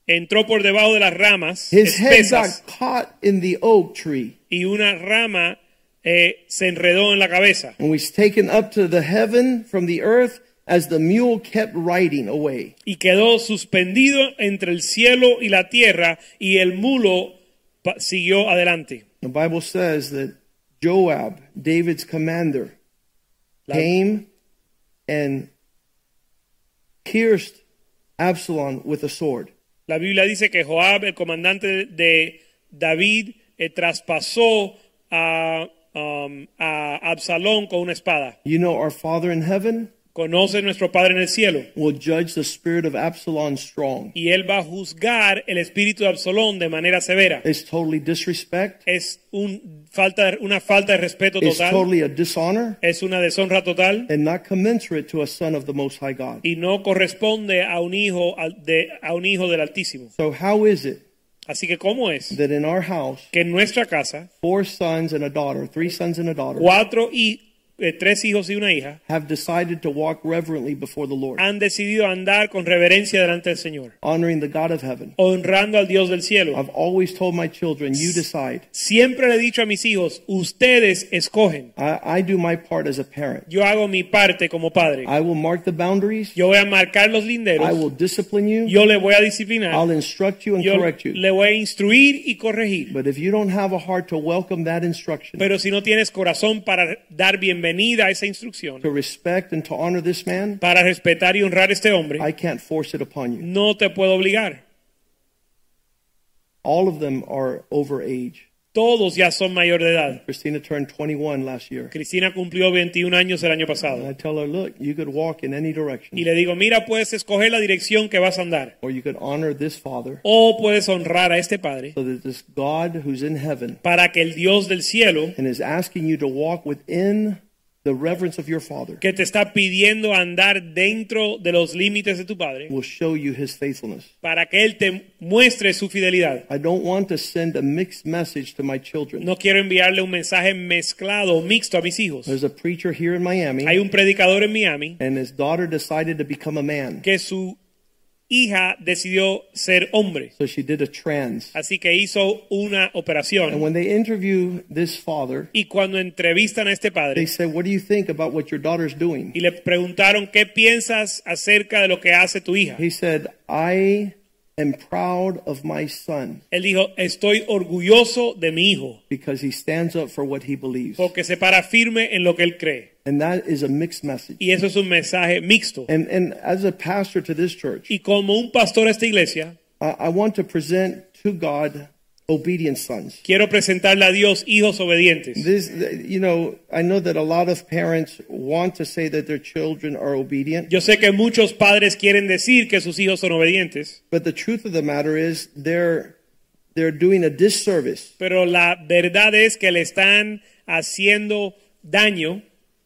[SPEAKER 2] entró por debajo de las ramas
[SPEAKER 1] His head
[SPEAKER 2] espesas
[SPEAKER 1] got caught in the oak tree
[SPEAKER 2] y una rama eh, se enredó en la cabeza.
[SPEAKER 1] and was taken up to the heaven from the earth as the mule kept riding away.
[SPEAKER 2] y quedó suspendido entre el cielo y la tierra y el mulo pa- siguió adelante.
[SPEAKER 1] The Bible says that Joab, David's commander,
[SPEAKER 2] La,
[SPEAKER 1] came and pierced Absalom with a sword.
[SPEAKER 2] la Biblia dice que Joab, el comandante de David, eh, traspasó a, um, a Absalón con una espada.
[SPEAKER 1] You know, our Father in heaven
[SPEAKER 2] Conoce nuestro Padre en el cielo
[SPEAKER 1] will judge the spirit of Absalom strong.
[SPEAKER 2] y él va a juzgar el espíritu de Absalón de manera severa.
[SPEAKER 1] It's totally disrespect.
[SPEAKER 2] Es un, falta, de- una falta de respeto
[SPEAKER 1] It's
[SPEAKER 2] total,
[SPEAKER 1] totally a dishonor
[SPEAKER 2] es una deshonra total
[SPEAKER 1] and not commensurate to a son of the Most High God.
[SPEAKER 2] y no corresponde a un hijo, al- de, a un hijo del Altísimo.
[SPEAKER 1] So, how is it
[SPEAKER 2] Así que ¿cómo es
[SPEAKER 1] that in our house,
[SPEAKER 2] que en nuestra casa
[SPEAKER 1] four sons and a daughter, three sons and a daughter,
[SPEAKER 2] cuatro y eh, tres hijos y una hija
[SPEAKER 1] have decided to walk reverently before the Lord,
[SPEAKER 2] han decidido andar con reverencia delante del Señor,
[SPEAKER 1] honoring the God of heaven?
[SPEAKER 2] honrando al Dios del cielo?
[SPEAKER 1] I've always told my children, you decide.
[SPEAKER 2] Siempre le he dicho a mis hijos, ustedes escogen.
[SPEAKER 1] I, I do my part as a parent.
[SPEAKER 2] Yo hago mi parte como padre.
[SPEAKER 1] I will mark the boundaries.
[SPEAKER 2] Yo voy a marcar los
[SPEAKER 1] I
[SPEAKER 2] linderos.
[SPEAKER 1] will discipline you.
[SPEAKER 2] Yo le voy a disciplinar.
[SPEAKER 1] I'll instruct you and
[SPEAKER 2] Yo
[SPEAKER 1] correct you.
[SPEAKER 2] le voy a instruir y corregir.
[SPEAKER 1] But if you don't have a heart to welcome that instruction,
[SPEAKER 2] Pero si no tienes corazón para dar bienvenida a esa instrucción,
[SPEAKER 1] to respect and to honor this man,
[SPEAKER 2] para respetar y honrar a este hombre,
[SPEAKER 1] I can't force it upon you.
[SPEAKER 2] no te puedo obligar.
[SPEAKER 1] All of them are over age.
[SPEAKER 2] Todos ya son mayor de edad.
[SPEAKER 1] Christina turned 21 last year.
[SPEAKER 2] Cristina cumplió 21 años el año
[SPEAKER 1] And
[SPEAKER 2] pasado.
[SPEAKER 1] I tell her, look, you could walk in any
[SPEAKER 2] Y
[SPEAKER 1] direction,
[SPEAKER 2] le digo, mira, puedes escoger la dirección que vas a andar.
[SPEAKER 1] or you could honor this father
[SPEAKER 2] O Oh, puedes honrar a este Padre
[SPEAKER 1] so that this God who's in heaven
[SPEAKER 2] para que el Dios del cielo,
[SPEAKER 1] and is asking you to walk within the reverence of your father
[SPEAKER 2] que te está pidiendo andar dentro de los límites de tu Padre,
[SPEAKER 1] will show you his faithfulness.
[SPEAKER 2] para que Él te muestre su fidelidad.
[SPEAKER 1] I don't want to send a mixed message to my children.
[SPEAKER 2] No quiero enviarle un mensaje mezclado o mixto a mis hijos.
[SPEAKER 1] There's a preacher here in
[SPEAKER 2] Hay
[SPEAKER 1] Miami,
[SPEAKER 2] un predicador en Miami
[SPEAKER 1] and his daughter decided to become a man.
[SPEAKER 2] que su hija decidió ser hombre.
[SPEAKER 1] So she did a trans.
[SPEAKER 2] Así que hizo una
[SPEAKER 1] And
[SPEAKER 2] operación.
[SPEAKER 1] when they interview this father,
[SPEAKER 2] Y cuando entrevistan a este Padre,
[SPEAKER 1] they said, What do you think about what your daughter's doing?
[SPEAKER 2] y le preguntaron qué piensas acerca de lo que hace tu hija.
[SPEAKER 1] He said, I am proud of my son
[SPEAKER 2] Él dijo, estoy orgulloso de mi hijo
[SPEAKER 1] because he stands up for what he believes.
[SPEAKER 2] porque se para firme en lo que él cree.
[SPEAKER 1] And that is a mixed message.
[SPEAKER 2] Y eso es un mensaje mixto.
[SPEAKER 1] And, and as a pastor to this church,
[SPEAKER 2] Y como un pastor a esta iglesia,
[SPEAKER 1] I, I want to present to God obedient sons.
[SPEAKER 2] quiero presentarle a Dios hijos obedientes.
[SPEAKER 1] This, you know, I know that a lot of parents want to say that their children are obedient,
[SPEAKER 2] Yo sé que muchos padres quieren decir que sus hijos son obedientes,
[SPEAKER 1] but the truth of the matter is they're they're doing a disservice
[SPEAKER 2] pero la verdad es que le están haciendo daño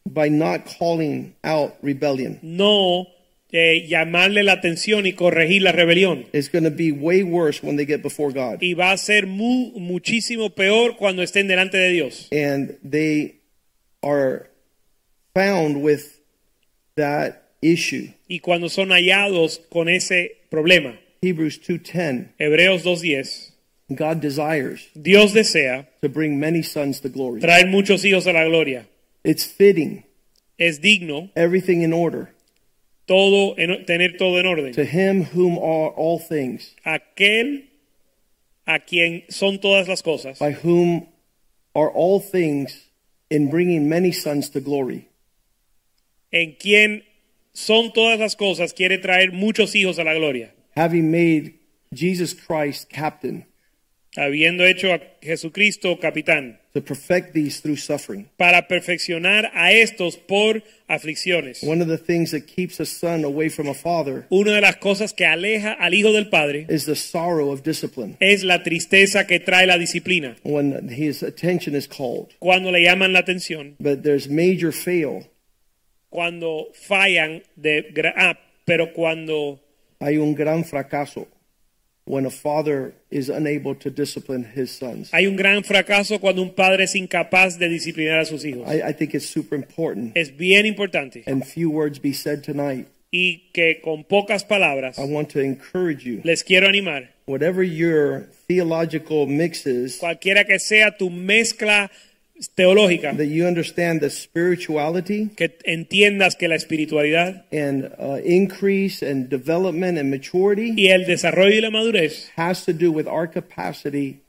[SPEAKER 1] by not calling out rebellion.
[SPEAKER 2] no eh, llamarle la atención y corregir la rebelión.
[SPEAKER 1] It's going to be way worse when they get before God.
[SPEAKER 2] y va a ser mu- muchísimo peor cuando estén delante de Dios.
[SPEAKER 1] And they are found with that issue.
[SPEAKER 2] Y cuando son hallados con ese problema.
[SPEAKER 1] Hebrews 2:10.
[SPEAKER 2] Hebreos 2.10.
[SPEAKER 1] God desires
[SPEAKER 2] Dios desea
[SPEAKER 1] to bring many sons to glory.
[SPEAKER 2] traer muchos hijos a la gloria.
[SPEAKER 1] It's fitting,
[SPEAKER 2] Es digno
[SPEAKER 1] everything in order,
[SPEAKER 2] todo en- tener todo en orden.
[SPEAKER 1] to him whom are all things,
[SPEAKER 2] Aquel a quien son todas las cosas,
[SPEAKER 1] by whom are all things in bringing many sons to glory.
[SPEAKER 2] en quien son todas las cosas, quiere traer muchos hijos a la gloria.
[SPEAKER 1] Having made Jesus Christ captain
[SPEAKER 2] habiendo hecho a Jesucristo capitán,
[SPEAKER 1] to perfect these through suffering.
[SPEAKER 2] para perfeccionar a estos por aflicciones.
[SPEAKER 1] One of the things that keeps a son away from a father
[SPEAKER 2] Una de las cosas que aleja al Hijo del Padre
[SPEAKER 1] is the sorrow of discipline
[SPEAKER 2] es la tristeza que trae la disciplina,
[SPEAKER 1] when his attention is called.
[SPEAKER 2] cuando le llaman la atención,
[SPEAKER 1] But there's major fail.
[SPEAKER 2] cuando fallan de... gra- Ah, pero cuando
[SPEAKER 1] Hay un gran fracaso when a father is unable to discipline his sons.
[SPEAKER 2] hay un gran fracaso, cuando un padre es incapaz de disciplinar a sus hijos.
[SPEAKER 1] I, I think it's super important.
[SPEAKER 2] Es bien importante.
[SPEAKER 1] And few words be said tonight.
[SPEAKER 2] Y que con pocas palabras
[SPEAKER 1] I want to encourage you.
[SPEAKER 2] les quiero animar,
[SPEAKER 1] Whatever your theological mix is,
[SPEAKER 2] cualquiera que sea tu mezcla teológica,
[SPEAKER 1] that you understand that spirituality
[SPEAKER 2] que entiendas que la espiritualidad
[SPEAKER 1] and uh, increase and development and maturity
[SPEAKER 2] y el desarrollo y la madurez
[SPEAKER 1] has to do with our capacity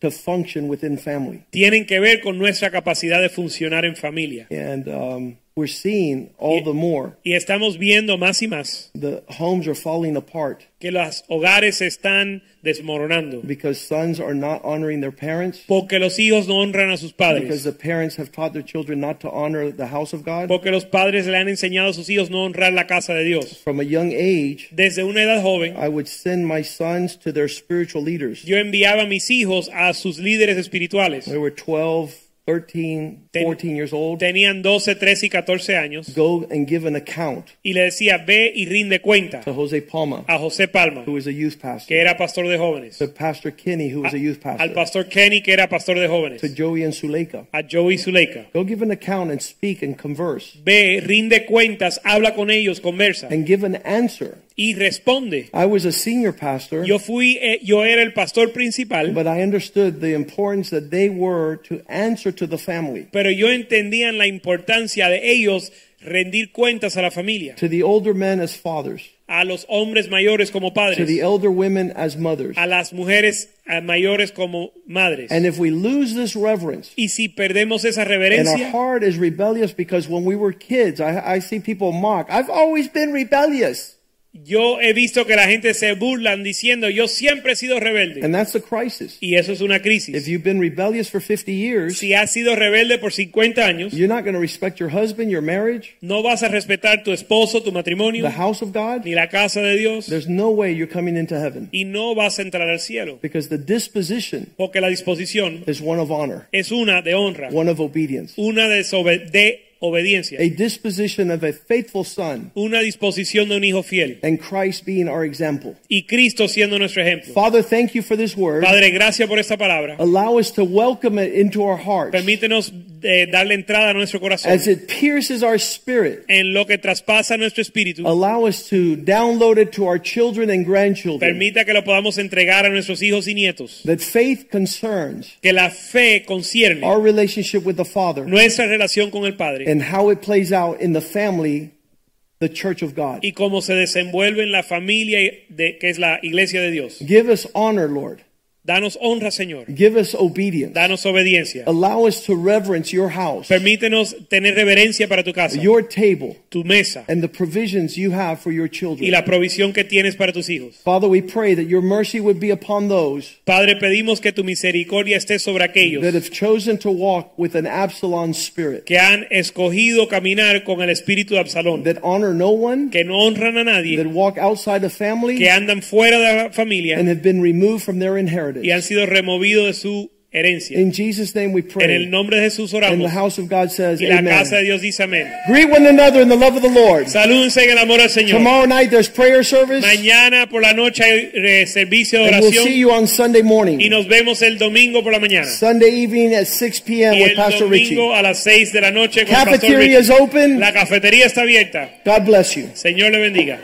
[SPEAKER 1] to function within family.
[SPEAKER 2] tienen que ver con nuestra capacidad de funcionar en familia.
[SPEAKER 1] And um, we're seeing all the more
[SPEAKER 2] Y estamos viendo más y más
[SPEAKER 1] the homes are falling apart
[SPEAKER 2] que los hogares se están desmoronando
[SPEAKER 1] because sons are not honoring their parents,
[SPEAKER 2] porque los hijos no honran a sus
[SPEAKER 1] because
[SPEAKER 2] padres,
[SPEAKER 1] the parents have taught their children not to honor the house of God.
[SPEAKER 2] porque los padres le han enseñado a sus hijos no honrar la casa de Dios.
[SPEAKER 1] From a young age,
[SPEAKER 2] Desde una edad joven,
[SPEAKER 1] I would send my sons to their spiritual leaders.
[SPEAKER 2] yo enviaba a mis hijos a sus líderes espirituales.
[SPEAKER 1] They were 12, 13,
[SPEAKER 2] Ten-
[SPEAKER 1] 14 years old.
[SPEAKER 2] Tenían 12, 13 y 14 años
[SPEAKER 1] Go and give an account
[SPEAKER 2] y le decía, ve y rinde cuenta
[SPEAKER 1] to Jose Palma,
[SPEAKER 2] a José Palma,
[SPEAKER 1] who is a youth pastor,
[SPEAKER 2] que era pastor de jóvenes.
[SPEAKER 1] to Pastor Kenny, who is a youth
[SPEAKER 2] al
[SPEAKER 1] pastor,
[SPEAKER 2] pastor Kenny, que era pastor de jóvenes,
[SPEAKER 1] to Joey and Suleika.
[SPEAKER 2] a Joey Zuleika.
[SPEAKER 1] Go give an account and speak and converse
[SPEAKER 2] Ve, rinde cuentas, habla con ellos, conversa
[SPEAKER 1] and give an answer.
[SPEAKER 2] y responde.
[SPEAKER 1] I was a senior pastor,
[SPEAKER 2] Yo fui, eh, yo era el pastor principal,
[SPEAKER 1] but I understood the importance that they were to answer to the family.
[SPEAKER 2] pero yo entendía la importancia de ellos rendir cuentas a la familia,
[SPEAKER 1] To the older men as fathers,
[SPEAKER 2] a los hombres mayores como
[SPEAKER 1] to the
[SPEAKER 2] padres,
[SPEAKER 1] elder women as mothers.
[SPEAKER 2] a las mujeres eh, mayores como madres.
[SPEAKER 1] And if we lose this reverence,
[SPEAKER 2] Y si perdemos esa
[SPEAKER 1] And our
[SPEAKER 2] reverencia,
[SPEAKER 1] heart is rebellious because when we were kids, I, I see people mock. I've always been rebellious.
[SPEAKER 2] yo he visto que la gente se burlan diciendo, yo siempre he sido rebelde.
[SPEAKER 1] And that's the crisis.
[SPEAKER 2] Y eso es una
[SPEAKER 1] If
[SPEAKER 2] crisis.
[SPEAKER 1] you've been rebellious for 50 years,
[SPEAKER 2] Si has sido rebelde por 50 años,
[SPEAKER 1] you're not going to respect your husband, your marriage,
[SPEAKER 2] No vas a respetar tu esposo, tu matrimonio,
[SPEAKER 1] the house of God.
[SPEAKER 2] ni la casa de Dios,
[SPEAKER 1] There's no way you're coming into heaven
[SPEAKER 2] y no vas a entrar al cielo,
[SPEAKER 1] because the disposition
[SPEAKER 2] porque la disposición
[SPEAKER 1] is one of honor,
[SPEAKER 2] es una de honra,
[SPEAKER 1] one of obedience,
[SPEAKER 2] una de, sobe- de obediencia,
[SPEAKER 1] a disposition of a faithful son
[SPEAKER 2] una disposición de un hijo fiel,
[SPEAKER 1] and Christ being our example.
[SPEAKER 2] y Cristo siendo nuestro ejemplo.
[SPEAKER 1] Father, thank you for this word.
[SPEAKER 2] Padre, gracias por esta palabra.
[SPEAKER 1] Allow us to welcome it into our hearts
[SPEAKER 2] Permítenos eh, darle entrada a nuestro corazón
[SPEAKER 1] as it pierces our spirit.
[SPEAKER 2] en lo que traspasa nuestro espíritu.
[SPEAKER 1] Allow us to download it to our children and grandchildren.
[SPEAKER 2] Permita que lo podamos entregar a nuestros hijos y nietos.
[SPEAKER 1] That faith concerns
[SPEAKER 2] Que la fe concierne
[SPEAKER 1] our relationship with the Father
[SPEAKER 2] nuestra relación con el Padre
[SPEAKER 1] and how it plays out in the family, the church of God.
[SPEAKER 2] y cómo se desenvuelve en la familia y- de, que es la iglesia de Dios.
[SPEAKER 1] Give us honor, Lord.
[SPEAKER 2] Danos honra, Señor.
[SPEAKER 1] Give us obedience.
[SPEAKER 2] Danos obediencia.
[SPEAKER 1] Allow us to reverence your house,
[SPEAKER 2] Permítenos tener reverencia para tu casa,
[SPEAKER 1] your table,
[SPEAKER 2] tu mesa
[SPEAKER 1] and the provisions you have for your
[SPEAKER 2] y
[SPEAKER 1] children.
[SPEAKER 2] la provisión que tienes para tus hijos.
[SPEAKER 1] Father, we pray that your mercy would be upon those
[SPEAKER 2] Padre, pedimos que tu misericordia esté sobre aquellos
[SPEAKER 1] that have chosen to walk with an Absalom spirit,
[SPEAKER 2] que han escogido caminar con el espíritu de Absalón,
[SPEAKER 1] that honor no one,
[SPEAKER 2] que no honran a
[SPEAKER 1] that
[SPEAKER 2] nadie,
[SPEAKER 1] walk outside of family,
[SPEAKER 2] que andan fuera de la familia
[SPEAKER 1] and have been removed from their
[SPEAKER 2] y han
[SPEAKER 1] inheritance.
[SPEAKER 2] sido removidos de su herencia.
[SPEAKER 1] In Jesus' name we
[SPEAKER 2] En el
[SPEAKER 1] pray.
[SPEAKER 2] nombre de Jesús
[SPEAKER 1] And the
[SPEAKER 2] oramos
[SPEAKER 1] house of God says,
[SPEAKER 2] y la casa de
[SPEAKER 1] Amen.
[SPEAKER 2] Dios dice amén.
[SPEAKER 1] Greet one another in the love of the Lord.
[SPEAKER 2] Salúdense en el amor al Señor.
[SPEAKER 1] Tomorrow night there's prayer service, and
[SPEAKER 2] Mañana por la noche hay eh, servicio de
[SPEAKER 1] we'll see
[SPEAKER 2] oración
[SPEAKER 1] you on Sunday
[SPEAKER 2] y
[SPEAKER 1] morning.
[SPEAKER 2] nos vemos el domingo por la mañana.
[SPEAKER 1] Sunday evening at 6 p.m.
[SPEAKER 2] Y
[SPEAKER 1] with
[SPEAKER 2] el
[SPEAKER 1] Pastor Richie.
[SPEAKER 2] domingo a las 6 de la noche con Pastor
[SPEAKER 1] Cafeteria is
[SPEAKER 2] Richie.
[SPEAKER 1] open.
[SPEAKER 2] La cafetería está abierta.
[SPEAKER 1] God bless you.
[SPEAKER 2] Señor le bendiga.